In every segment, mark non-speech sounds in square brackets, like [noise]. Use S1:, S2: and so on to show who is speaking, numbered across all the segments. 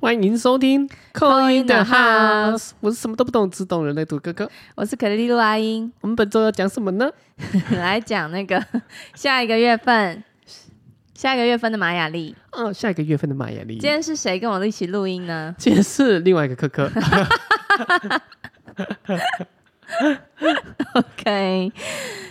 S1: 欢迎收听《
S2: Call in the House》，
S1: 我是什么都不懂，只懂人类图哥哥。
S2: 我是可丽露阿英， [laughs]
S1: 我们本周要讲什么呢？
S2: 来讲那个 [laughs] 下一个月份，下一个月份的玛雅历。
S1: 嗯、下一个月份的玛雅历，
S2: 今天是谁跟我一起录音呢？
S1: 今天是另外一个科科。
S2: OK，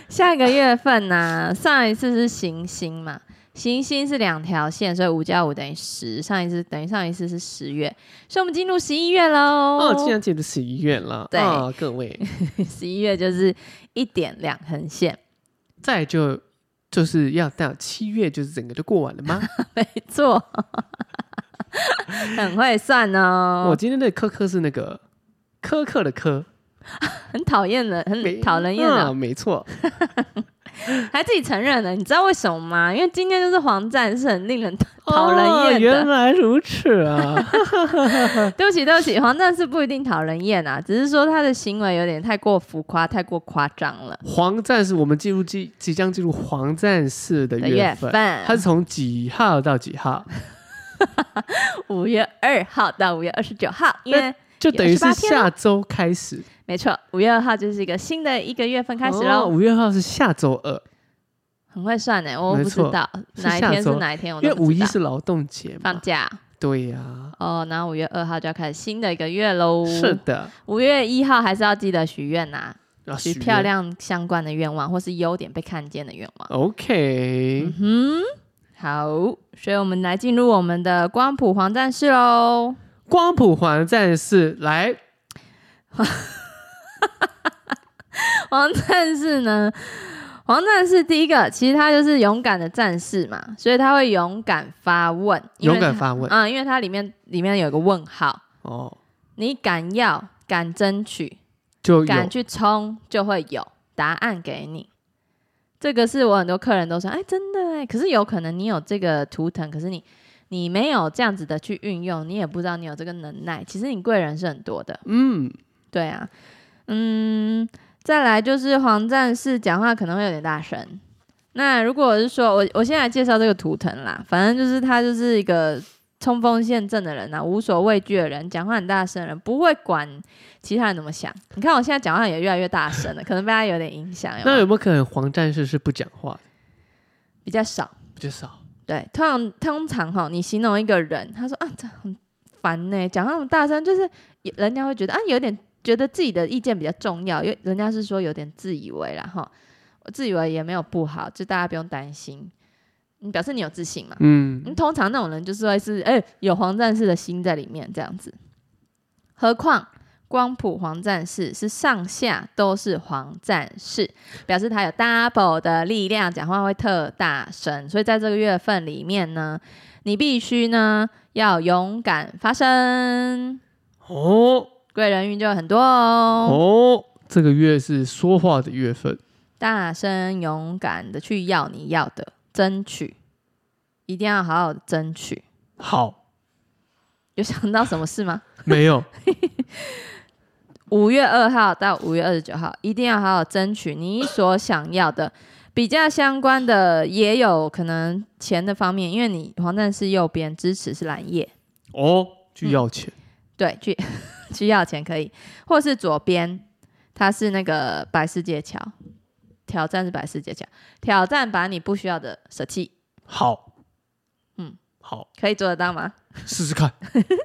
S2: 下个月份呢、上一次是行星嘛，行星是两条线，所以五加五等于十。上一次等于上一次是十月，所以我们进入十一月喽。
S1: 哦，竟然进入十一月了。
S2: 对
S1: 哦各位，
S2: 十一月就是一点两横线， [laughs]
S1: 再来就就是要到七月，就是整个就过完了吗？
S2: 没错， [laughs] 很会算
S1: 我
S2: 哦。
S1: 今天的科科是那个苛刻的科，
S2: 很讨厌的，
S1: 没
S2: 很讨人厌的
S1: 啊，，没错。
S2: 还自己承认了。你知道为什么吗？因为今天就是黄战是很令人讨人
S1: 哦
S2: 厌的
S1: 原。来如此啊！ [laughs]
S2: 对不起，对不起，黄战是不一定讨人厌啊，只是说他的行为有点太过浮夸、太过夸张了
S1: 黄战士，我们进入即即将进入黄战士的
S2: 的
S1: 月
S2: 月
S1: 份
S2: 份。，
S1: 它是从几号到几号？
S2: 五月二号到五月二十九号，因为
S1: 就等于是
S2: 28天咯
S1: 下周开始，
S2: 没错，五月二号就是一个新的一个月份开始
S1: 哦
S2: 喽。
S1: 五、月号是下周二，
S2: 很会算呢、我
S1: 没
S2: 不知
S1: 错
S2: 道
S1: 是
S2: 哪一
S1: 下
S2: 天是
S1: 周
S2: 哪一天，我
S1: 因为
S2: 都哦不知
S1: 五一
S2: 道
S1: 是劳动节
S2: 放
S1: 嘛。
S2: 假
S1: 对呀、
S2: 哦，然后五月二号就要开始新的一个月喽。
S1: 是，的，
S2: 五月一号还是要记得许愿啊呐、
S1: 要
S2: 哦许
S1: 啊许
S2: 漂
S1: 愿。
S2: 亮相关的愿望，或是优点被看见的愿望。
S1: OK，、
S2: 嗯，好，所以我们来进入我们的光谱黄战士喽。 [laughs]
S1: 光谱黄战士来，
S2: 黄战士呢，黄战士第一个，其实他就是勇敢的战士嘛，所以他会勇敢发问，因为
S1: 勇敢
S2: 他
S1: 发问
S2: 啊、因为它里面里面有个问号，
S1: 哦，
S2: 你敢要、敢争取、
S1: 就
S2: 敢
S1: 有
S2: 去冲，就会有答案给你。这个是我很多客人都说，哎，真的哎，可是有可能你有这个图腾，可是你你没有这样子的去运用，你也不知道你有这个能耐。其实你贵人是很多的，
S1: 嗯，
S2: 对啊，嗯，再来就是黄战士讲话可能会有点大声。那如果是说我我现在来介绍这个图腾啦，反正就是他就是一个冲锋陷阵的人呐、无所畏惧的人，讲话很大声的人，不会管其他人怎么想。你看我现在讲话也越来越大声了，可能被他有点影响，有没
S1: 那
S2: 有
S1: 有没有可能黄战士是不讲话的，
S2: 比较少。
S1: 比较少？
S2: 对，通常通常哈，你形容一个人，他说啊，这很烦呢、讲话那么大声，就是人家会觉得啊，有点觉得自己的意见比较重要，因为人家是说有点自以为啦哈，我自以为也没有不好，就大家不用担心，你表示你有自信嘛。
S1: 嗯，
S2: 嗯，通常那种人就是会是哎、有黄战士的心在里面这样子，何况。光谱黄战士是上下都是黄战士，表示他有 double 的力量，讲话会特大声。所以在这个月份里面呢，你必须呢要勇敢发声，
S1: 哦
S2: 贵人运就有很多哦。
S1: 哦，这个月是说话的月份，
S2: 大声勇敢的去要你要的，争取，一定要好好地争取。
S1: 好，
S2: 有想到什么事吗？
S1: 没有，
S2: 五月二号到五月二十九号，一定要好好争取你所想要的。比较相关的也有可能钱的方面，因为你黄战士右边支持是蓝叶，
S1: 哦，去要钱，
S2: 嗯对，去 [laughs] 去要钱可以，或是左边它是那个白世界桥，挑战是白世界桥，挑战把你不需要的舍弃，
S1: 好，
S2: 嗯，
S1: 好，
S2: 可以做得到吗？
S1: 试试看。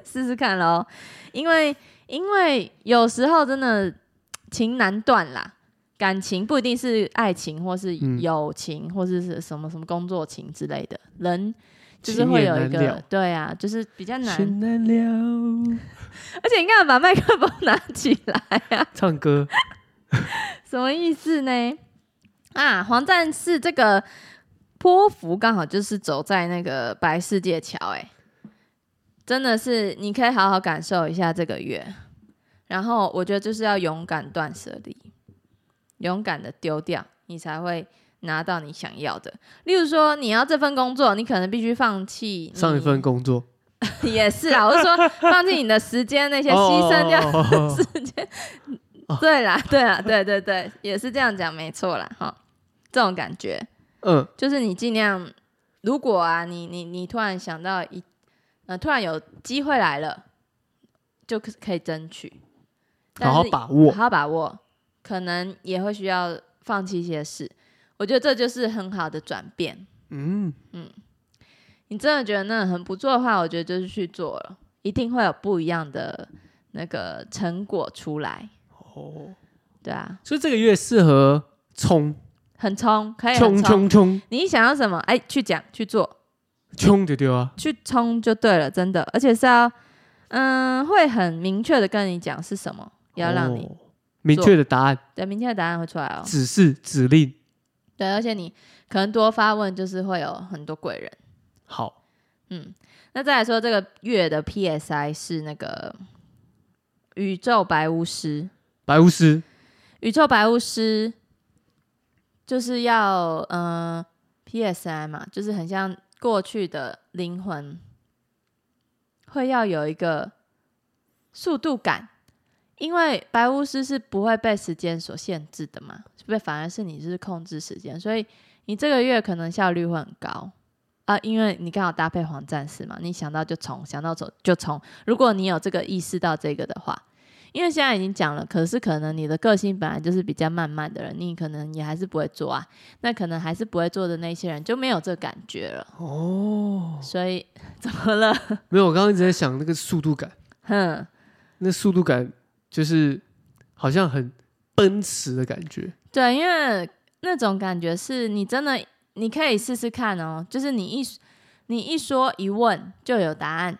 S2: 试试看喽，因为因为有时候真的情难断啦，感情不一定是爱情，或是
S1: 嗯
S2: 友情，或是是什么什么工作情之类的，人就是
S1: 情
S2: 会
S1: 也
S2: 有一
S1: 难
S2: 个
S1: 料
S2: 对啊，就是比较难。
S1: 情难了，
S2: 而且你干嘛把麦克风 [laughs] 拿起来啊？
S1: 唱歌
S2: 什么意思呢？啊，黄战士这个波幅刚好就是走在那个白世界桥，哎，真的是你可以好好感受一下这个月。然后我觉得就是要勇敢断舍离，勇敢的丢掉，你才会拿到你想要的。例如说，你要这份工作，你可能必须放弃你
S1: 上一份工作，
S2: [laughs] 也是啊，我是说放弃你的时间那些牺牲
S1: 哦
S2: 掉
S1: 掉
S2: 时间。 [laughs] 对啦，对啦，对对对，也是这样讲，没错啦，哈，这种感觉
S1: 嗯，
S2: 就是你尽量，如果啊，你你你突然想到一，嗯、呃，突然有机会来了，就可可以争取，但
S1: 哦嗯好好
S2: 是
S1: 把握。
S2: 好好把握，可能也会需要放弃一些事。我觉得这就是很好的转变。
S1: 嗯，
S2: 你真的觉得那很不错的话，我觉得就是去做了，一定会有不一样的那个成果出来。
S1: 哦，
S2: 对啊，
S1: 所以这个月适合冲
S2: 很冲，可以很
S1: 冲
S2: 冲。
S1: 冲冲
S2: 你想要什么？哎，去讲，去做，
S1: 冲就对啊。
S2: 去冲就对了，真的。而且是要，嗯，会很明确的跟你讲是什么，要让你、
S1: 哦明确的答案，
S2: 对明天的答案会出来哦。
S1: 指示指令。
S2: 对，而且你可能多发问，就是会有很多贵人。
S1: 好，
S2: 嗯，那再来说这个月的 PSI 是那个宇宙白巫师，
S1: 白巫师
S2: 宇宙白巫师就是要呃 PSI 嘛，就是很像过去的灵魂，会要有一个速度感，因为白巫师是不会被时间所限制的嘛，是不是？反而是你是控制时间，所以你这个月可能效率会很高。啊，因为你刚好搭配黄战士嘛，你想到就冲，想到走就冲。如果你有这个意识到这个的话，因为现在已经讲了，可是可能你的个性本来就是比较慢慢的人，你可能也还是不会做啊。那可能还是不会做的那些人就没有这感觉了。
S1: 哦，
S2: 所以 [laughs] 怎么了？
S1: 没有，我刚刚一直在想那个速度感，
S2: 哼，
S1: 那速度感就是好像很奔驰的感觉。
S2: 对，因为那种感觉是你真的，你可以试试看哦。就是你一你一说一问就有答案，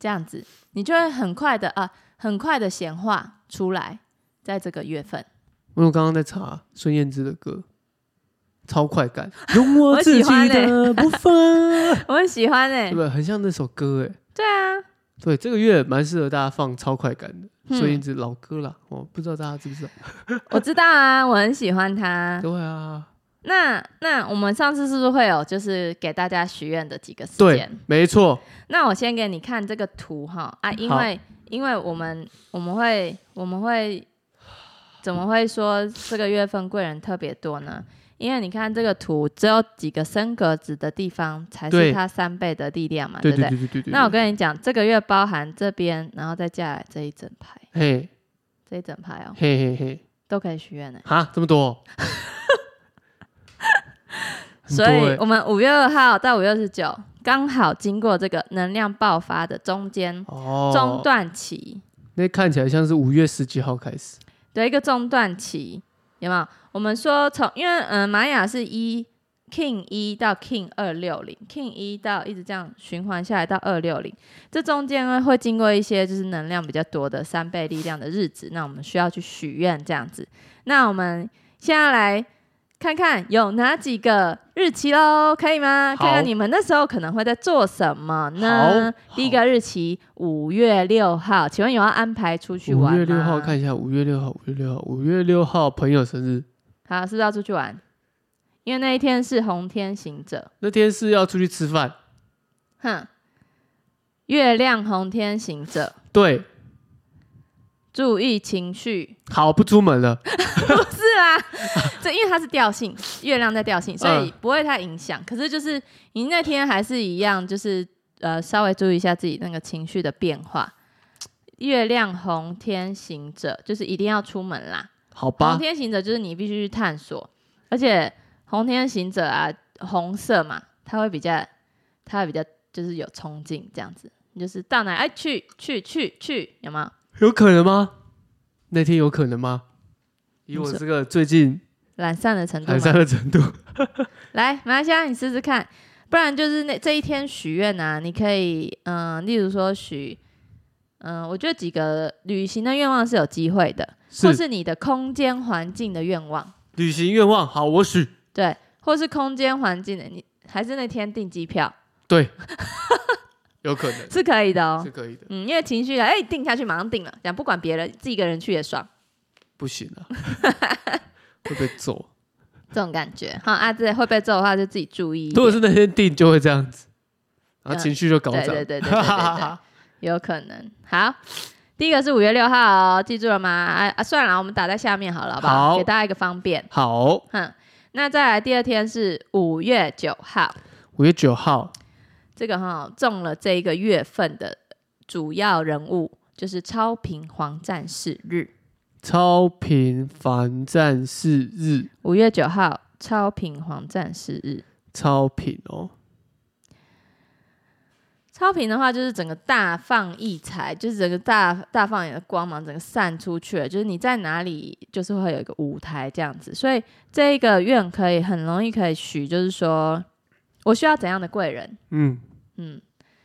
S2: 这样子你就会很快的啊，很快的显化出来，在这个月份。 [laughs]
S1: 因为我刚刚在查孙燕姿的歌，超快感，用我
S2: [laughs] 我
S1: 自
S2: 喜欢欸
S1: 己的步
S2: [laughs]
S1: 伐，
S2: 我很喜欢哎、
S1: 对吧？很像那首歌哎。
S2: 对啊，
S1: 对，这个月蛮适合大家放超快感的，
S2: 嗯
S1: 孙燕姿老歌啦，哦，不知道大家知不知道？
S2: 我知道啊，我很喜欢他。
S1: 对啊，
S2: 那那我们上次是不是会有就是给大家许愿的几个时
S1: 对
S2: 间？，啊
S1: 没错，
S2: 那我先给你看这个图哈啊，因为因为我们我们会我们会怎么会说这个月份贵人特别多呢？因为你看这个图，只有几个升格子的地方才
S1: 对
S2: 是它三倍的力量嘛，
S1: 对
S2: 不
S1: 对对对对对。
S2: 那我跟你讲，这个月包含这边，然后再下来这一整排，
S1: 嘿
S2: 这一整排哦，
S1: 嘿嘿嘿，
S2: 都可以许愿呢。
S1: 哈，这么
S2: [laughs]
S1: 多，哦很多
S2: 所以
S1: 欸
S2: 我们五月二号到五月二十九，刚好经过这个能量爆发的中间中
S1: 哦，
S2: 断期，
S1: 那看起来像是五月十几号开始，
S2: 有一个中断期，有没有？我们说从因为嗯、呃玛雅是一 King 一到 King 二六零，King 一到一直这样循环下来到二六零，这中间呢会经过一些就是能量比较多的三倍力量的日子，那我们需要去许愿这样子。那我们现在来看看有哪几个日期喽，可以吗？
S1: 好
S2: 看看你们那时候可能会在做什么呢？
S1: 好
S2: 第一个日期五月六号，请问有要安排出去
S1: 五
S2: 玩吗？
S1: 月六号看一下，五月六号，五月六号，五月六号朋友生日
S2: 好，是不是要出去玩？因为那一天是红天行者，
S1: 那天是要出去吃饭，
S2: 哼，月亮红天行者，
S1: 对，
S2: 注意情绪，
S1: 好不出门了，
S2: 不是啦，这因为它是调性，月亮在调性，所以不会太影响。可是就是你那天还是一样，就是呃，稍微注意一下自己那个情绪的变化。月亮红天行者就是一定要出门啦，
S1: 好
S2: 红
S1: 吧，
S2: 天行者就是你必须去探索，而且红天行者啊，红色嘛，它会比较，它会比较就是有冲劲这样子，你就是到哪哎去去去去，有吗？
S1: 有可能吗？那天有可能吗？以我这个最近
S2: 懒散的程度
S1: 懒散
S2: 吗？
S1: 的程度，
S2: 来，马来西亚你试试看，不然就是那这一天许愿啊，你可以嗯、例如说许。嗯，我觉得几个旅行的愿望是有机会的，或
S1: 是
S2: 是你的空间环境的愿望，
S1: 旅行愿望，好，我许，
S2: 对，或是空间环境的，你还是那天订机票，
S1: 对，有可能
S2: 是可以的哦
S1: 是。可以的，
S2: 嗯，因为情绪来，哎、定下去马上定了，讲不管别人，自己一个人去也爽，
S1: 不行
S2: [laughs]
S1: 啊，会被揍。啊
S2: 这种感觉。好啊，这会被揍的话就自己注意一
S1: 如果
S2: 点，
S1: 是那天定，就会这样子，然后情绪就高涨，
S2: 嗯对对对对对对对有可能。好，第一个是五月六号哦、记住了吗？啊啊，算了，我们打在下面好了，好不好？
S1: 好
S2: 给大家一个方便。
S1: [laughs] 好，
S2: 哼，那再来第二天是五月九号，
S1: 五月九号，
S2: 这个哈、中了这一个月份的主要人物就是超频黄战士日，
S1: 超频防战士日，
S2: 五月九号超频黄战士日。
S1: 超频哦，
S2: 超频的话就是整个大放异彩，就是整个大大放眼的光芒，整个散出去了。就是你在哪里，就是会有一个舞台这样子。所以这一个愿可以很容易可以许，就是说我需要怎样的贵人，
S1: 嗯，
S2: 嗯，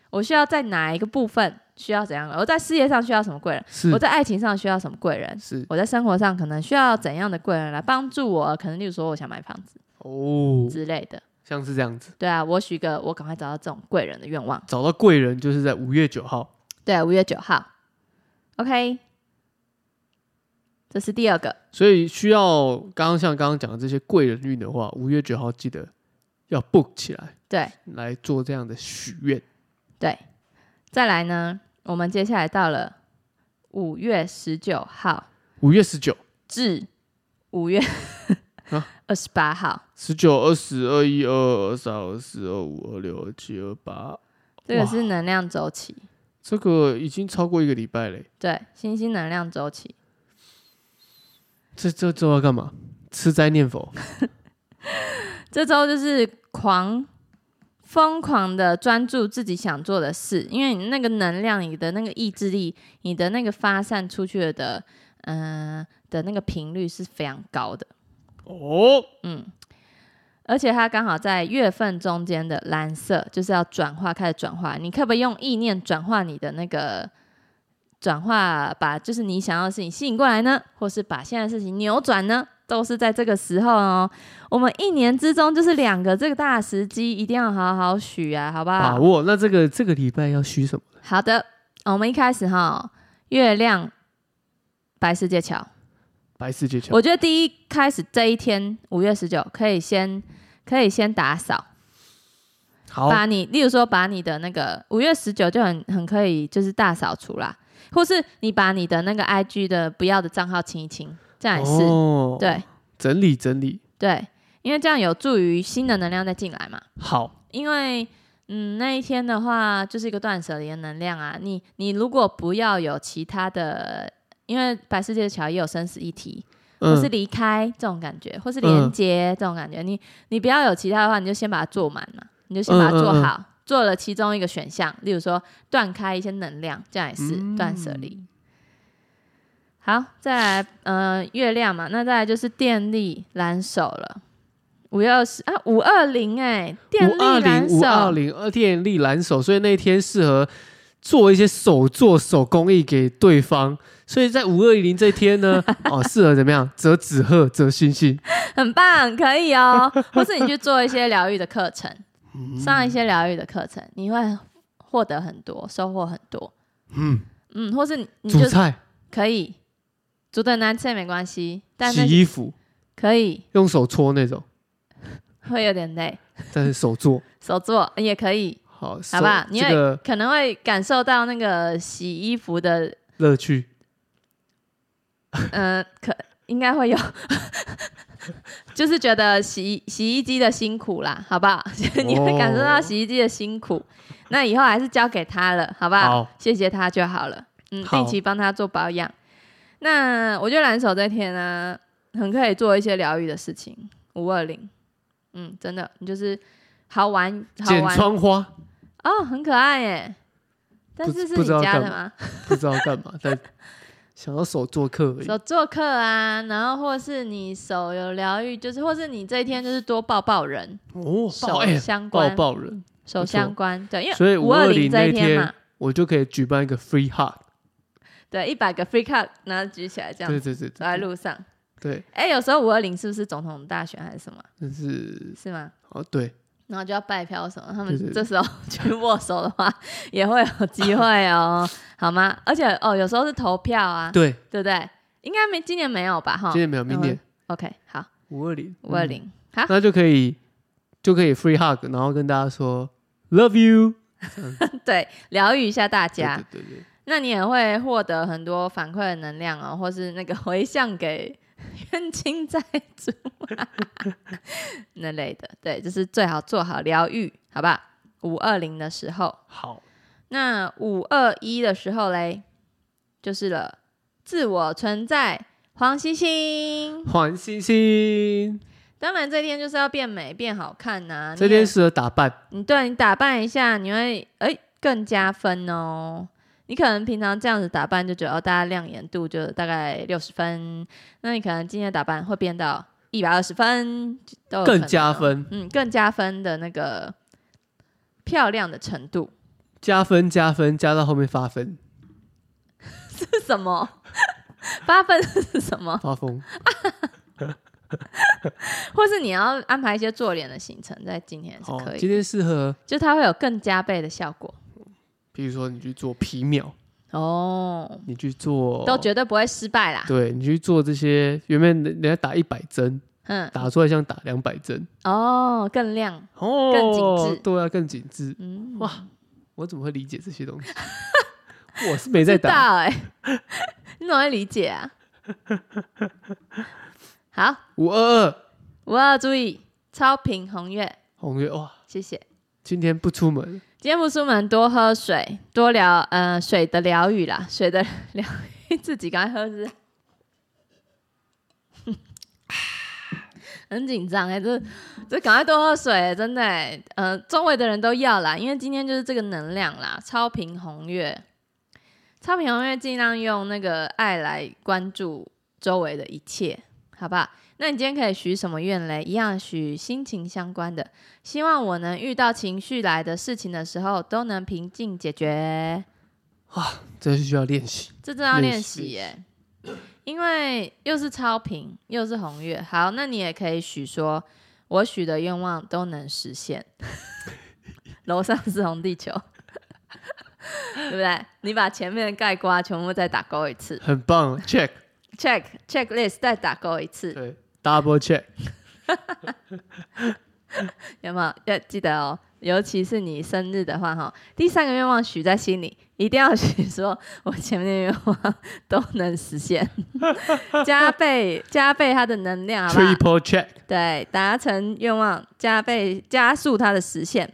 S2: 我需要在哪一个部分需要怎样的？我在事业上需要什么贵人？
S1: 是
S2: 我在爱情上需要什么贵人？
S1: 是
S2: 我在生活上可能需要怎样的贵人来帮助我？可能例如说我想买房子
S1: 哦，
S2: 之类的。
S1: 像是这样子，
S2: 对啊，我许个我赶快找到这种贵人的愿望。
S1: 找到贵人就是在五月九号，
S2: 对，五月九号，OK，这是第二个。
S1: 所以需要刚刚像刚刚讲的这些贵人运的话，五月九号记得要 book 起来
S2: 对
S1: 来做这样的许愿。
S2: 对，再来呢，我们接下来到了五月十九号
S1: 五月十九、
S2: 至五月
S1: 啊
S2: 二十八号，
S1: 十九、二十二、一、二、二、三、二四、二五、二六、二七、二八，
S2: 这个
S1: 哇
S2: 是能量周期。
S1: 这个已经超过一个礼拜嘞。
S2: 对，新兴能量周期。
S1: 这这周要干嘛？吃斋念佛，
S2: 这周就是狂疯狂的专注自己想做的事，因为你那个能量、你的那个意志力、你的那个发散出去的，嗯、的那个频率是非常高的。
S1: 哦，
S2: 嗯，而且它刚好在月份中间的蓝色，就是要转化，开始转化。你可不可以用意念转化你的那个转化，把就是你想要的事情吸引过来呢，或是把现在的事情扭转呢？都是在这个时候哦。我们一年之中就是两个这个大时机，一定要好好许啊，好不好？
S1: 把握。那这个这个礼拜要许什么？
S2: 好的，我们一开始哈，月亮白世界桥。
S1: 白世界桥
S2: 我觉得第一开始这一天，五月十九，可以先可以先打扫，
S1: 好，
S2: 把你，例如说把你的那个五月十九就很很可以，就是大扫除啦，或是你把你的那个 IG 的不要的账号清一清，这样也是、
S1: 哦，
S2: 对
S1: 整理整理，
S2: 对，因为这样有助于新的能量再进来嘛。
S1: 好，
S2: 因为嗯那一天的话就是一个断舍离的能量啊，你你如果不要有其他的，因为白世界桥也有生死议题，或是
S1: 嗯，
S2: 离开这种感觉，或是
S1: 嗯
S2: 连接这种感觉。你你不要有其他的话，你就先把它做满嘛，你就先把它做
S1: 嗯嗯嗯
S2: 好。做了其中一个选项，例如说断开一些能量，这样也是
S1: 嗯
S2: 断舍离。好，再来，呃，月亮嘛，那再来就是电力蓝手了。五月二十啊，五二零哎，电
S1: 五二
S2: 力
S1: 零
S2: 蓝
S1: 五二
S2: 手，
S1: 零二电力蓝手，所以那天适合做一些手做手工艺给对方。所以在五二零这天
S2: [laughs]
S1: 呢，哦，适合怎么样？折纸鹤，折星星，
S2: 很棒，可以哦。或是你去做一些疗愈的课程，
S1: 嗯
S2: 上一些疗愈的课程，你会获得很多，收获很多。
S1: 嗯，
S2: 嗯，或是你你就
S1: 煮菜、
S2: 可以煮的难吃也没关系，但
S1: 洗
S2: 那
S1: 衣服，
S2: 可以
S1: 用手搓那种，
S2: 会有点累，
S1: 但是手做
S2: 手做也可以，
S1: 好，
S2: 好吧
S1: 手
S2: 你
S1: 这个
S2: 可能会感受到那个洗衣服的，
S1: 乐趣，
S2: 嗯、可应该会有， [laughs] 就是觉得洗洗衣机的辛苦啦，好不好？ [laughs] 你会感受到洗衣机的辛苦，那以后还是交给他了，好不好？
S1: 哦好，
S2: 谢谢他就好了，嗯，
S1: 好
S2: 定期帮他做保养。那我觉得蓝手这天呢、很可以做一些疗愈的事情。五二零，嗯，真的，你就是好玩，好
S1: 剪
S2: 玩
S1: 窗花，
S2: 哦，很可爱耶。但
S1: 不
S2: 是是
S1: 不
S2: 你
S1: 知道
S2: 家
S1: 干
S2: 的吗？
S1: 不知道干嘛，但想要手做课而已。
S2: 手做客啊，然后或是你手有疗愈，就是或是你这一天就是多抱抱人，
S1: 哦，
S2: 手
S1: 抱哎，
S2: 相
S1: 抱
S2: 关，
S1: 抱人，
S2: 手
S1: 不错
S2: 相关，对，因
S1: 所以
S2: 为五二
S1: 520
S2: 零这
S1: 那
S2: 一
S1: 天
S2: 嘛，
S1: 我就可以举办一个 free hug。
S2: 对，一百个 free card，然后举起来这样
S1: 对
S2: 子，
S1: 对对
S2: 走在
S1: 对，
S2: 路上。
S1: 对，
S2: 哎、有时候五二零是不是总统大选还是什么？
S1: 但是
S2: 是吗？
S1: 哦对，
S2: 然后就要拜票什么，他
S1: 对对
S2: 们
S1: 对
S2: 这时候去握手的话， [laughs] 也会有机会哦， [laughs] 好吗？而且哦，有时候是投票啊，
S1: 对，
S2: 对不对？应该没今年没有吧？哈，
S1: 今年没有，明年
S2: 嗯 OK，好，
S1: 五二零，
S2: 五二
S1: 嗯，
S2: 零，好，
S1: 那就可以就可以 free hug，然后跟大家说 love you。
S2: 对，疗愈一下大
S1: 对
S2: 家，
S1: 对对对，
S2: 那你也会获得很多反馈的能量哦，或是那个 [laughs] 回向给冤亲债主 [laughs] 啊那类的，对，就是最好做好疗愈，好不好？五二零的时候，
S1: 好，
S2: 那五二一的时候嘞，就是了，自我存在黄星星。
S1: 黄星星，
S2: 当然这天就是要变美、变好看呐、
S1: 这
S2: 你也
S1: 天适合打扮，
S2: 你对你打扮一下，你会哎、更加分哦。你可能平常这样子打扮就觉得哦，大家亮眼度就大概六十分，那你可能今天打扮会变到一百二十分，都有可能哦
S1: 更加，分，
S2: 嗯，更加分的那个漂亮的
S1: [laughs]
S2: 程度
S1: 加分加分加到后面发疯
S2: 是什么？ [laughs] 八分是什么？
S1: 发疯，
S2: 或是你要安排一些做脸的行程，在今天是
S1: 好，
S2: 可以
S1: 哦今
S2: 的，
S1: 天适合，
S2: 就它会有更加倍的效果
S1: 比如说你去做皮秒，
S2: 哦，
S1: 你去做，
S2: 都绝对不会失败啦。
S1: 对你去做这些，原本人家打一百针，
S2: 嗯，
S1: 打出来像打两百针，
S2: 哦，更亮。
S1: 哦，
S2: 更紧致
S1: 对啊，更紧致。
S2: 嗯，
S1: 哇我怎么会理解这些东
S2: [laughs]
S1: 西？我是没
S2: 知
S1: 在打，
S2: 道哎、 [laughs] 你怎么会理解啊？ [laughs] 好，
S1: 五二二
S2: 我要注意超频红月，
S1: 红月哇，
S2: 谢谢。
S1: 今天不出门，
S2: 今天不出门，多喝水，多疗呃水的疗愈啦，水的疗愈自己刚才喝是， [laughs] 很紧张哎，这这赶快多喝水、真的、欸，呃，周围的人都要啦，因为今天就是这个能量啦，超频红月，超频红月尽量用那个爱来关注周围的一切，好不好？那你今天可以许什么愿嘞？一样许心情相关的，希望我能遇到情绪来的事情的时候，都能平静解决。
S1: 这是需要练习。
S2: 这真要
S1: 练
S2: 练
S1: 习
S2: 习耶，因为又是超频，又是红月。好，那你也可以许说，我许的愿望都能实现。 [laughs] 楼上是红地球， [laughs] 对不对？你把前面的盖瓜全部再打勾一次
S1: 很棒，check，
S2: ，check checklist 再打勾一次，
S1: 对，double check，
S2: 有没有？要记得哦，尤其是你生日的话，哈，第三个愿望许在心里，一定要许说，我前面的愿望都能实现， [laughs] 加倍加倍它的能量，好不好？
S1: triple check，
S2: 对，达成愿望，加倍加速它的实现。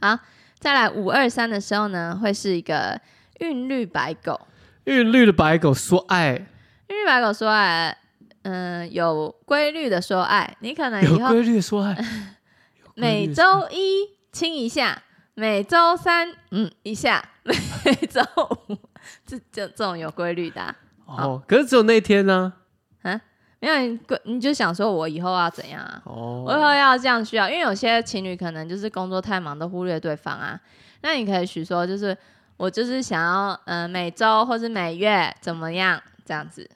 S2: 好，再来五二三的时候呢，会是一个韵律白狗。
S1: 韵律的白狗说爱，
S2: 韵律白狗说爱，嗯、有规律的说爱，你可能
S1: 有
S2: 哎以后
S1: 规律的说爱，有
S2: [laughs]
S1: 规律地
S2: 每周一亲一下，每周三嗯一下，每周五这这这种有规律的、啊，
S1: 哦，可是只有那天呢，
S2: 没有你规你就想说我以后要怎样啊？我以
S1: 哦，
S2: 后要这样需要，因为有些情侣可能就是工作太忙都忽略对方啊。那你可以许说，就是我就是想要，嗯、每周或是每月怎么样这样子，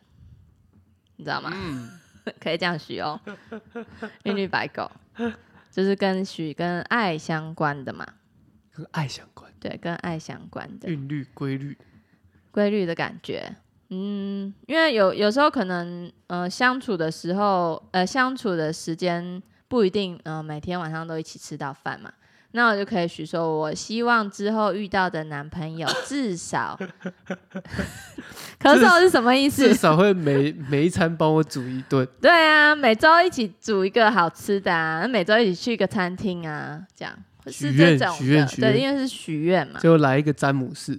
S2: 你知道吗？ [laughs] 可以这样许哦。 [laughs] 韵律白狗就是跟许跟爱相关的嘛，
S1: 跟爱相关，
S2: 对，跟爱相关的
S1: 韵律规律，
S2: 规律的感觉。嗯，因为有有时候可能，呃，相处的时候，呃，相处的时间不一定，呃，每天晚上都一起吃到饭嘛。那我就可以许说，我希望之后遇到的男朋
S1: [laughs]
S2: 友至少，咳嗽是什么意
S1: 至
S2: 思？
S1: 少会每每一餐帮我煮一顿，
S2: [laughs] 对啊，每周一起煮一个好吃的啊，每周一起去一个餐厅啊，这样
S1: 许
S2: 是这
S1: 愿
S2: 种
S1: 许愿
S2: 的，
S1: 许
S2: 对，
S1: 愿
S2: 因为是许愿嘛，
S1: 就来一个詹姆士，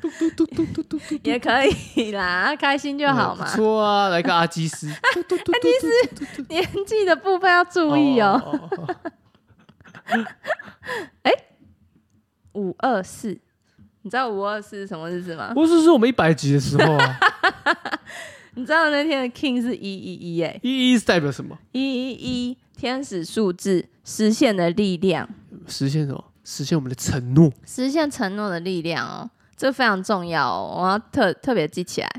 S1: 嘟嘟嘟嘟嘟嘟嘟，
S2: [laughs] 也可以啦，开心就好嘛
S1: 不。错啊，来个阿基
S2: [laughs]
S1: 斯，嘟嘟嘟嘟嘟嘟嘟嘟
S2: 年纪的部分要注意哦。
S1: 哦哦哦
S2: 五二四，你知道五二四是什么日子 [laughs] 吗？
S1: 哦不是说我们一百集的时候啊， [laughs]
S2: 你知道那天的 King 是一一一哎，
S1: 一一是代表什么？
S2: 一一一天使数字，实现的力量，
S1: 实现什么？实现我们的承诺。
S2: 实现承诺的力量哦，这非常重要哦，我要特特别记起来，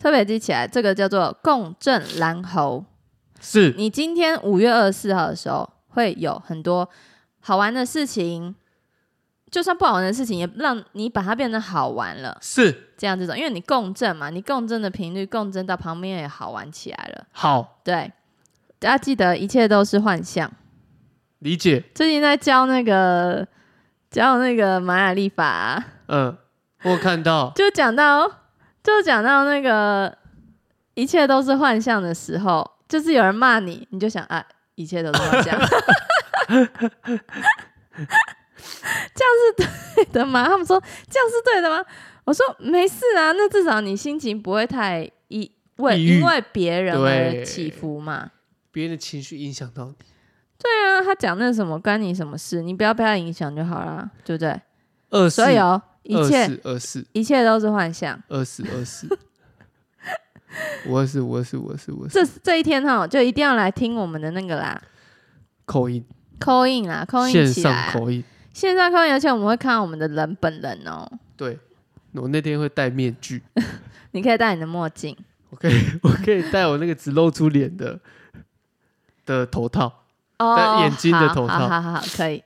S2: 特别记起来，这个叫做共振蓝猴。
S1: 是
S2: 你今天五月二十四号的时候，会有很多好玩的事情，就算不好玩的事情，也让你把它变得好玩了。
S1: 是，
S2: 这样这种，因为你共振嘛，你共振的频率共振到旁边也好玩起来了。
S1: 好
S2: 对，大家记得一切都是幻象。
S1: 理解。
S2: 最近在教那个教那个玛雅历法啊、
S1: 嗯，我有看到
S2: 就讲到就讲到那个一切都是幻象的时候，就是有人骂你，你就想啊，一切都是幻象。 [laughs] 对的吗？他们说这样是对的吗？我说没事啊，那至少你心情不会太因为
S1: 抑郁
S2: 因为别人而
S1: 对
S2: 起伏嘛。
S1: [laughs] 别人的情绪影响到你。
S2: 对啊，他讲那什么关你什么事？你不要被他影响就好啦，对不对？
S1: 二四
S2: 所以哦，一
S1: 二
S2: 切
S1: 四二四
S2: 一切都是幻象。
S1: 二四二四，
S2: [laughs]
S1: 五二四五二四五二四五二四，
S2: 这这一天哈，就一定要来听我们的那个啦，
S1: 口音，
S2: 扣印啦，扣印
S1: 线
S2: 起来
S1: 上
S2: 啊，
S1: 口音。
S2: 线上扣印，而且我们会看到我们的人本人哦。
S1: 对，我那天会戴面具，
S2: 你可以戴你的墨镜，
S1: 我可以 [laughs] 我可以戴我那个只露出脸的的头套。
S2: 哦，
S1: 戴眼睛的头套
S2: 好好好好，可以。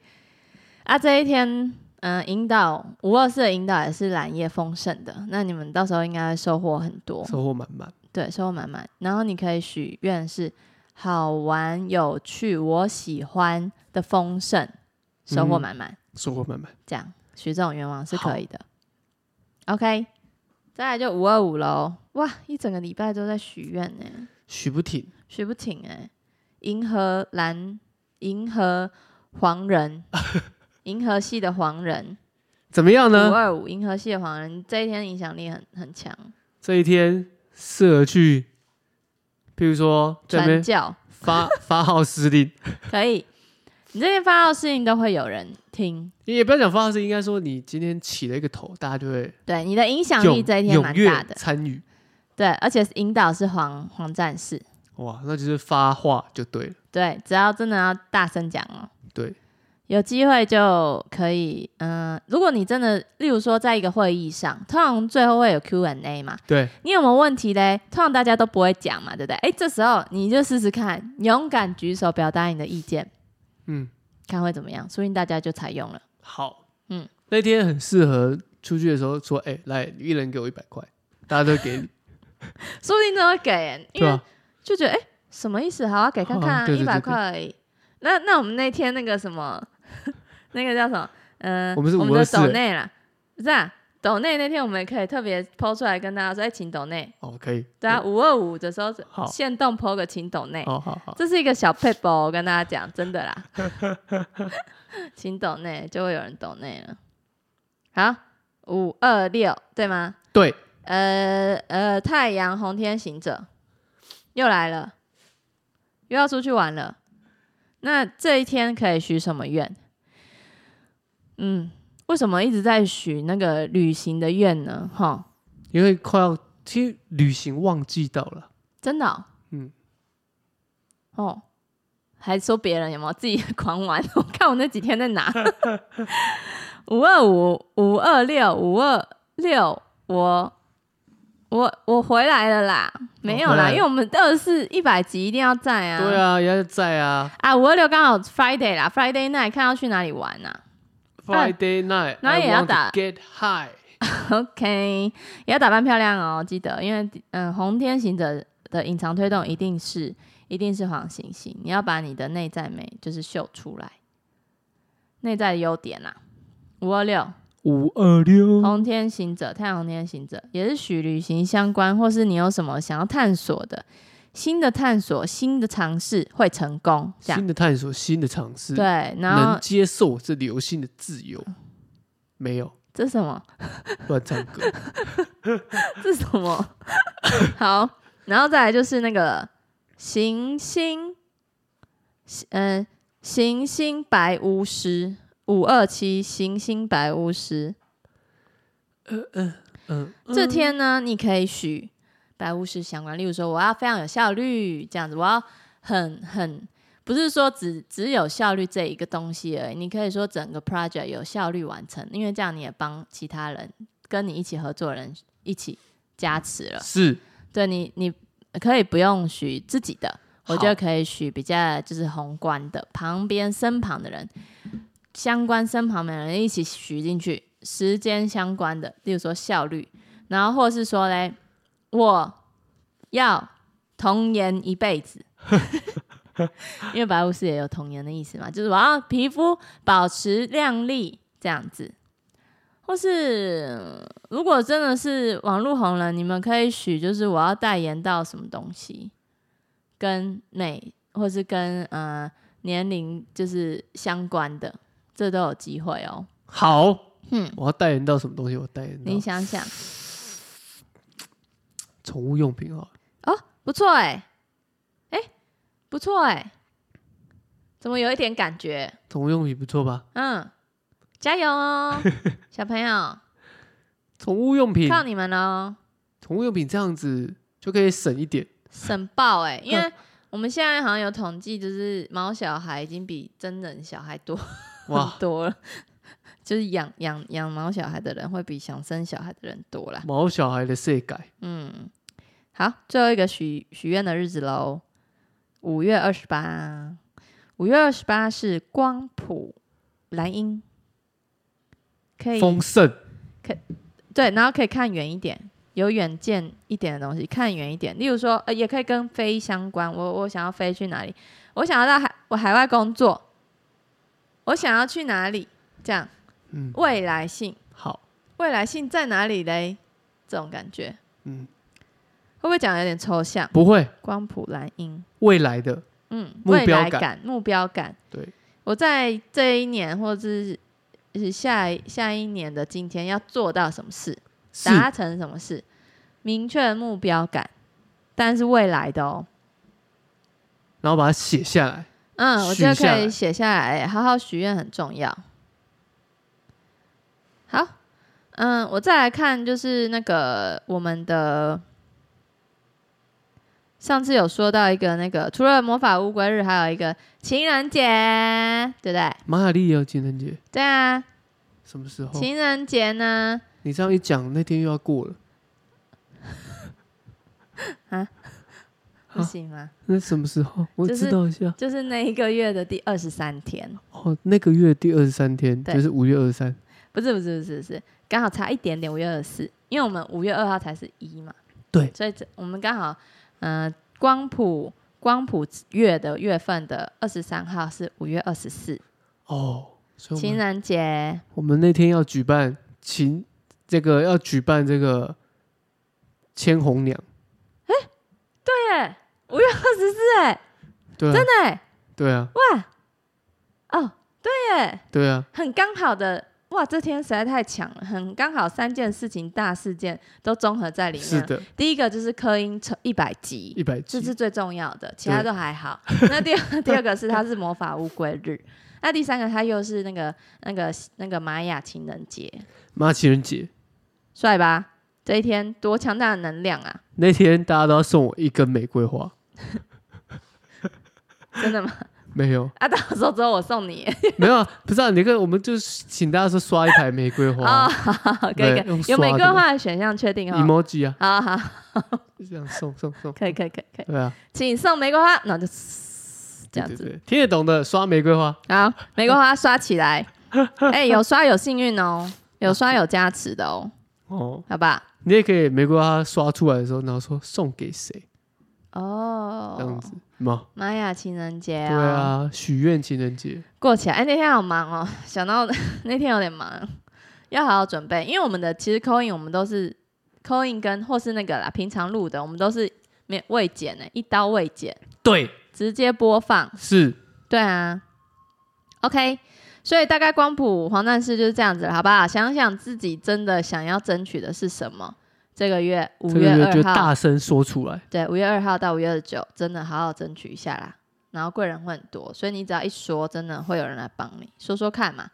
S2: 啊，这一天，嗯、引导五二四的引导也是蓝叶丰盛的，那你们到时候应该会收获很多，
S1: 收获满满。
S2: 对，收获满满。然后你可以许愿是好玩、有趣、我喜欢的丰盛，收获
S1: 嗯
S2: 满满。
S1: 收获满满，
S2: 这样许这种愿望是可以的。OK，再来就五二五喽！哇，一整个礼拜都在许愿呢，
S1: 许不停
S2: 许不停哎。银河蓝，银河黄
S1: [laughs]
S2: 人，银河系的黄人，
S1: 怎么样
S2: 五
S1: 呢？
S2: 二五银河系的黄人，这一天影响力很很强。
S1: 这一天适合去，譬如说在那
S2: 传
S1: 边
S2: 教
S1: 发 [laughs] 发号施令，
S2: 可以，你这边发到事情都会有人听，
S1: 也不要讲发号施令，应该说你今天起了一个头，大家就会
S2: 对你的影响
S1: 踊
S2: 力这一天蛮
S1: 踊
S2: 大
S1: 跃
S2: 的，
S1: 参与。
S2: 对，而且是引导是黄黄战士，
S1: 哇，那就是发话就对了。
S2: 对，只要真的要大声讲哦。
S1: 对，
S2: 有机会就可以，嗯、如果你真的，例如说在一个会议上，通常最后会有 Q&A 嘛，
S1: 对，
S2: 你有没有问题嘞？通常大家都不会讲嘛，对不对？哎，这时候你就试试看，勇敢举手表达你的意见，
S1: 嗯，
S2: 看会怎么样，说不定大家就采用了。
S1: 好，
S2: 嗯
S1: 嗯，那天很适合出去的时候说，哎、来，一人给我一百块，大家都给你，
S2: 说不定真的会给、 [laughs] 因
S1: 对啊
S2: 为
S1: 吧？
S2: 就觉得哎、诶什么意思？好啊，给看看
S1: 哦
S2: 啊，
S1: 对
S2: 一
S1: 对
S2: 百
S1: 对
S2: 块而已。那那我们那天那个什么， [laughs] 那个叫什么？嗯、
S1: 我们是
S2: 我们的
S1: 524
S2: 抖内啦，不是啊，抖内那天我们也可以特别抛出来跟大家说，哎、请抖内。
S1: 哦，可以，
S2: 对啊，五二五的时候
S1: 好
S2: 限动抛个请抖内，
S1: 好好好，
S2: 这是一个小 paper，我跟大家讲，真的啦， [laughs] 请抖内就会有人抖内了。好，五二六对吗？
S1: 对，
S2: 呃呃，太阳红天行者又来了，又要出去玩了。那这一天可以许什么愿？嗯，为什么一直在许那个旅行的愿呢？哈，
S1: 因为快要，其实旅行忘记到了，
S2: 真的哦、
S1: 嗯，
S2: 哦，还说别人有没有自己狂玩？ [laughs] 我看我那几天在哪？五二五、五二六、五二六，我我我回来了啦，没有
S1: 哦回
S2: 啦，
S1: 来了
S2: 因为我们二四一百集一定要在啊。
S1: 对。啊，人家在啊
S2: 啊，五二六刚好 Friday 啦，Friday night 看要去哪里玩啊。
S1: ，Friday night，
S2: 然
S1: I
S2: 后也要
S1: want to
S2: 打
S1: get high，
S2: [laughs] OK，也要打扮漂亮哦，记得，因为嗯，红天行者的隐藏推动一定是一定是黄星星，你要把你的内在美就是秀出来，内在的优点啦。五二六，
S1: 五二六，
S2: 红天行者，太阳红天行者也是许旅行相关，或是你有什么想要探索的新的探索、新的尝试会成功，这样
S1: 新的探索，新的尝试，
S2: 对。然后
S1: 能接受这流行的自由，没
S2: [laughs]
S1: 有
S2: 这是什么？
S1: 乱唱歌，
S2: 这是什么？ [laughs] 好，然后再来就是那个行星，嗯、行星白巫师五二七行星白巫师，
S1: 嗯，
S2: 这天呢，你可以许白巫师相关，例如说我要非常有效率这样子，我要很很。不是说只只有效率这一个东西而已，你可以说整个 project 有效率完成，因为这样你也帮其他人跟你一起合作的人一起加持了。
S1: 是
S2: 对你，你可以不用许自己的，我
S1: 好
S2: 觉得可以许比较就是宏观的，旁边身旁的人，相关身旁的人一起许进去，时间相关的，例如说效率，然后或是说嘞，我要童颜一辈子。 [laughs] 因为白巫师也有童颜的意思嘛，就是我要皮肤保持亮丽这样子，或是如果真的是网络红人，你们可以许就是我要代言到什么东西，跟美，或是跟呃年龄就是相关的，这都有机会哦。
S1: 好，
S2: 嗯，
S1: 我要代言到什么东西？我代言到
S2: 你想想，
S1: 宠物用品哦，
S2: 哦，不错哎，哎，不错哎，怎么有一点感觉？
S1: 宠物用品不错吧？
S2: 嗯，加油哦，小朋友，
S1: 宠物用品，
S2: 靠你们哦喽！
S1: 宠物用品这样子就可以省一
S2: [laughs]
S1: 点。
S2: 省爆哎、因为我们现在好像有统计，就是毛小孩已经比真人小孩多
S1: 哇
S2: 很，多了， [laughs] 就是养养养毛小孩的人会比想生小孩的人多啦。
S1: 毛小孩的色改，
S2: 嗯，好，最后一个许许愿的日子喽，五月二十八，五月二十八是光谱蓝鹰，可以
S1: 丰盛，
S2: 对，然后可以看远一点，有远见一点的东西，看远一点。例如说，呃，也可以跟飞相关。我我想要飞去哪里？我想要到海，我海外工作，我想要去哪里？这样，
S1: 嗯，
S2: 未来性，
S1: 好，
S2: 未来性在哪里嘞？这种感觉
S1: 嗯，
S2: 会不会讲得有点抽象？
S1: 不会，
S2: 光谱蓝鹰，
S1: 未来的，
S2: 嗯，
S1: 目
S2: 未
S1: 标
S2: 来
S1: 感
S2: 感、目标感。
S1: 对，
S2: 我在这一年，或者是是下一下一年的今天，要做到什么事？
S1: 是
S2: 达成什么事，明确目标感，但是未来的哦，
S1: 然后把它写下来。
S2: 嗯，我觉得
S1: 许下
S2: 可以
S1: 来
S2: 写下来，哎好好许愿很重要。好，嗯，我再来看就是那个我们的上次有说到一个那个，除了魔法乌龟日，还有一个情人节，对不对？
S1: 玛雅历也有情人节，
S2: 对啊，
S1: 什么时候？
S2: 情人节呢，
S1: 你这样一讲，那天又要过了。啊
S2: 不行吗？
S1: 那什么时候？我
S2: 就是
S1: 知道一下。
S2: 就是那一个月的第二十三天。
S1: 哦，那个月第二十三天
S2: 对
S1: 就是五月二十三，
S2: 不是不是不是不是，刚好差一点点，五月二十四，因为我们五月二号才是一嘛，
S1: 对
S2: 所以这我们刚好，呃，光谱光谱月的月份的二十三号是五月二十四，
S1: 哦，所以我
S2: 情
S1: 们
S2: 人节，
S1: 我们那天要举办情这个要举办这个千红娘，
S2: 对耶，五月二十四，哎，
S1: 对、啊，
S2: 真的耶，
S1: 对啊，
S2: 哇，哦，对耶，
S1: 对啊，
S2: 很刚好的，哇，这天实在太强了，很刚好三件事情大事件都综合在里面
S1: 是
S2: 了，
S1: 的，
S2: 第一个就是科音成一百集，
S1: 一百
S2: 啊这
S1: 集
S2: 是最重要的，其他都还好。那第二第二个是它是魔法乌龟日，那第三个它又是那个那个那个玛雅情人节，
S1: 妈情人节
S2: 帅吧？这一天多强大的能量啊！
S1: 那天大家都要送我一根玫瑰花，
S2: 真的吗？
S1: 没
S2: [laughs]
S1: 有
S2: 啊，到时候之后我送你
S1: 没有啊，不是啊，你看我们就是请大家说刷一排玫瑰
S2: 哦，
S1: 花、
S2: 好好好可以
S1: 对
S2: 可
S1: 用
S2: 以，
S1: 刷
S2: 有玫瑰
S1: 的
S2: 花的选项确定
S1: e
S2: 哦。
S1: m o j i 啊，
S2: 好好，好
S1: 就这样送送送，
S2: 可以可以可以可以，
S1: 对啊，
S2: 请送玫瑰花，那就这样
S1: 对
S2: 子。
S1: 对对听得懂的刷玫瑰花，
S2: 好，玫瑰花刷起来，哎，有刷有幸运哦，有刷有加持的哦，
S1: 哦，
S2: 好吧？
S1: 你也可以玫瑰花刷出来的时候，然后说送给谁
S2: 哦，
S1: 这样子嘛，
S2: 玛雅情人节
S1: 对
S2: 啊，
S1: 啊，许愿情人节，
S2: 过起来。哎、那天好忙哦， [laughs] 想到那天有点忙，要好好准备，因为我们的其实 coin 我们都是 coin 跟或是那个啦，平常录的，我们都是没未剪呢、一刀未剪，
S1: 对，
S2: 直接播放。
S1: 是
S2: 对啊，OK。所以大概光谱黄战士就是这样子了，好不好？想想自己真的想要争取的是什么。这个月五
S1: 这
S2: 月
S1: 个就
S2: 二号，
S1: 大声说出来，
S2: 对，五月二号到五月二十九，真的好好争取一下啦。然后贵人会很多，所以你只要一说，真的会有人来帮你说说看嘛。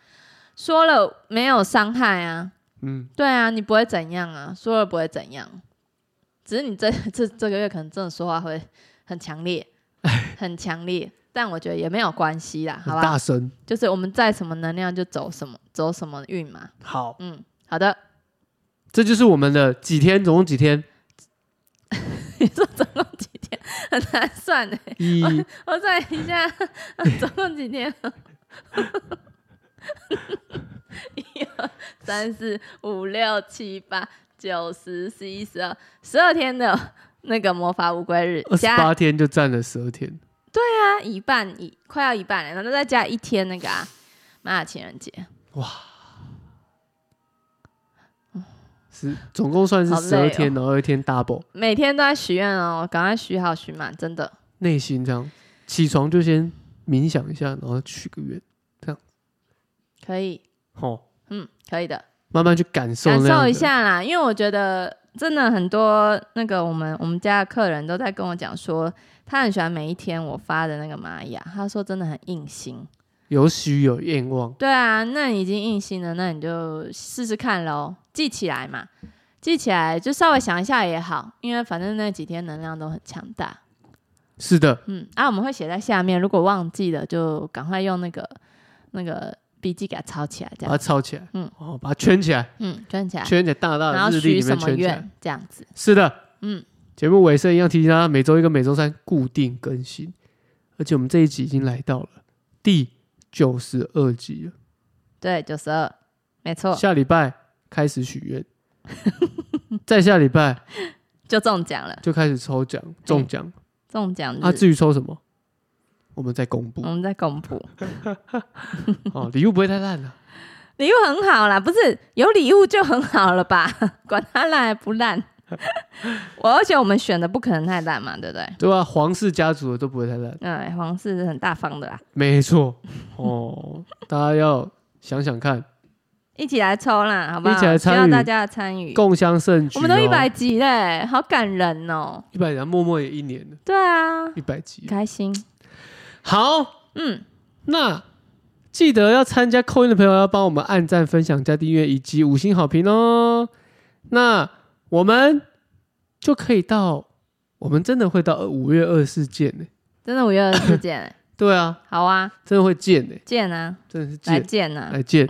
S2: 说了没有伤害啊，
S1: 嗯，
S2: 对啊，你不会怎样啊，说了不会怎样。只是你这 [laughs] 这这个月可能真的说话会很
S1: [laughs]
S2: 强烈，很强烈，但我觉得也没有关系啦，
S1: 很
S2: 好
S1: 大
S2: 吧？
S1: 声，
S2: 就是我们在什么能量就走什么，走什么运嘛。
S1: 好，
S2: 嗯，好的。 [laughs]
S1: 这就是我们的几天，总共几 [laughs] 天？
S2: 你说总共几天？很难算的。
S1: 一
S2: [laughs] 我算一下，总共几天？一二三四五六七八九十十一十二十二天的那个魔法乌龟日
S1: 二，十
S2: 加
S1: 八天就占了十二天，
S2: 加一半一快要一半了，然后再加一天那个啊，玛雅情人节，
S1: 是总共算是
S2: 好
S1: 十
S2: 累
S1: 二
S2: 哦
S1: 天，然后一天 double，
S2: 每天都在许愿哦，赶快许好许满，真的
S1: 内心这样，起床就先冥想一下，然后许个愿，
S2: 可以，
S1: 哦，
S2: 嗯，可以的，
S1: 慢慢去感受，
S2: 感受一。下啦。因为我觉得真的很多那个我们我们家的客人都在跟我讲说，他很喜欢每一天我发的那个玛雅，他说真的很印心。
S1: 有许有愿望，
S2: 对啊，那你已经印心了，那你就试试看喽，记起来嘛，记起来就稍微想一下也好，因为反正那几天能量都很强大。
S1: 是的，
S2: 嗯，啊，我们会写在下面，如果忘记了就赶快用那个那个笔记给它抄起来，这
S1: 把它
S2: 样，
S1: 抄起来，
S2: 嗯
S1: 嗯，哦，把它圈起来，
S2: 嗯，圈起来，
S1: 圈起来，大大
S2: 然后
S1: 的日历
S2: 许
S1: 里
S2: 什
S1: 面
S2: 么
S1: 圈起来。
S2: 愿这样子，
S1: 是的，
S2: 嗯，
S1: 节目尾声一样提醒大家，每周一跟每周三固定更新，而且我们这一集已经来到了第九十二集了，
S2: 对，九十二，没错，
S1: 下礼拜开始许愿， [laughs] 再下礼拜
S2: 就中奖了，
S1: 就开始抽奖
S2: 嗯
S1: 中奖
S2: 中奖日，
S1: 啊！至于抽什么，我们再公布
S2: 我们再公布，
S1: 哦，礼物不会太烂了。
S2: 礼物很好啦，不是有礼物就很好了吧？ [laughs] 管它烂还不烂， [laughs] 我而且我们选的不可能太烂嘛，对不对？
S1: 对吧、皇室家族的都不会太烂，
S2: 嗯，皇室是很大方的啦，
S1: 没
S2: [laughs]
S1: 错哦。大家要想想看，
S2: 一起来抽啦，好不好？
S1: 一起来参与
S2: 需要大家的参与，
S1: 共襄盛举、哦。
S2: 我们都一百集嘞，好感人哦。
S1: 一百集，默默也一年了，
S2: 对啊，
S1: 一百集。
S2: 开心。
S1: 好，
S2: 嗯，
S1: 那记得要参加扣音的朋友要帮我们按赞、分享、加订阅以及五星好评哦。那我们就可以到，我们真的会到五月二十四见呢。
S2: 真的五月二十四见欸，
S1: 对啊，
S2: [laughs] 好啊，
S1: 真的会见呢，
S2: 见啊，
S1: 真的是
S2: 来
S1: 见
S2: 见啊，
S1: 来见，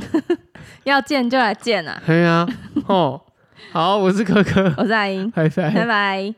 S2: 要见就来见啊。
S1: 嘿啊，哦，好，我是可可，
S2: 我是阿英，
S1: 拜拜
S2: 拜。拜。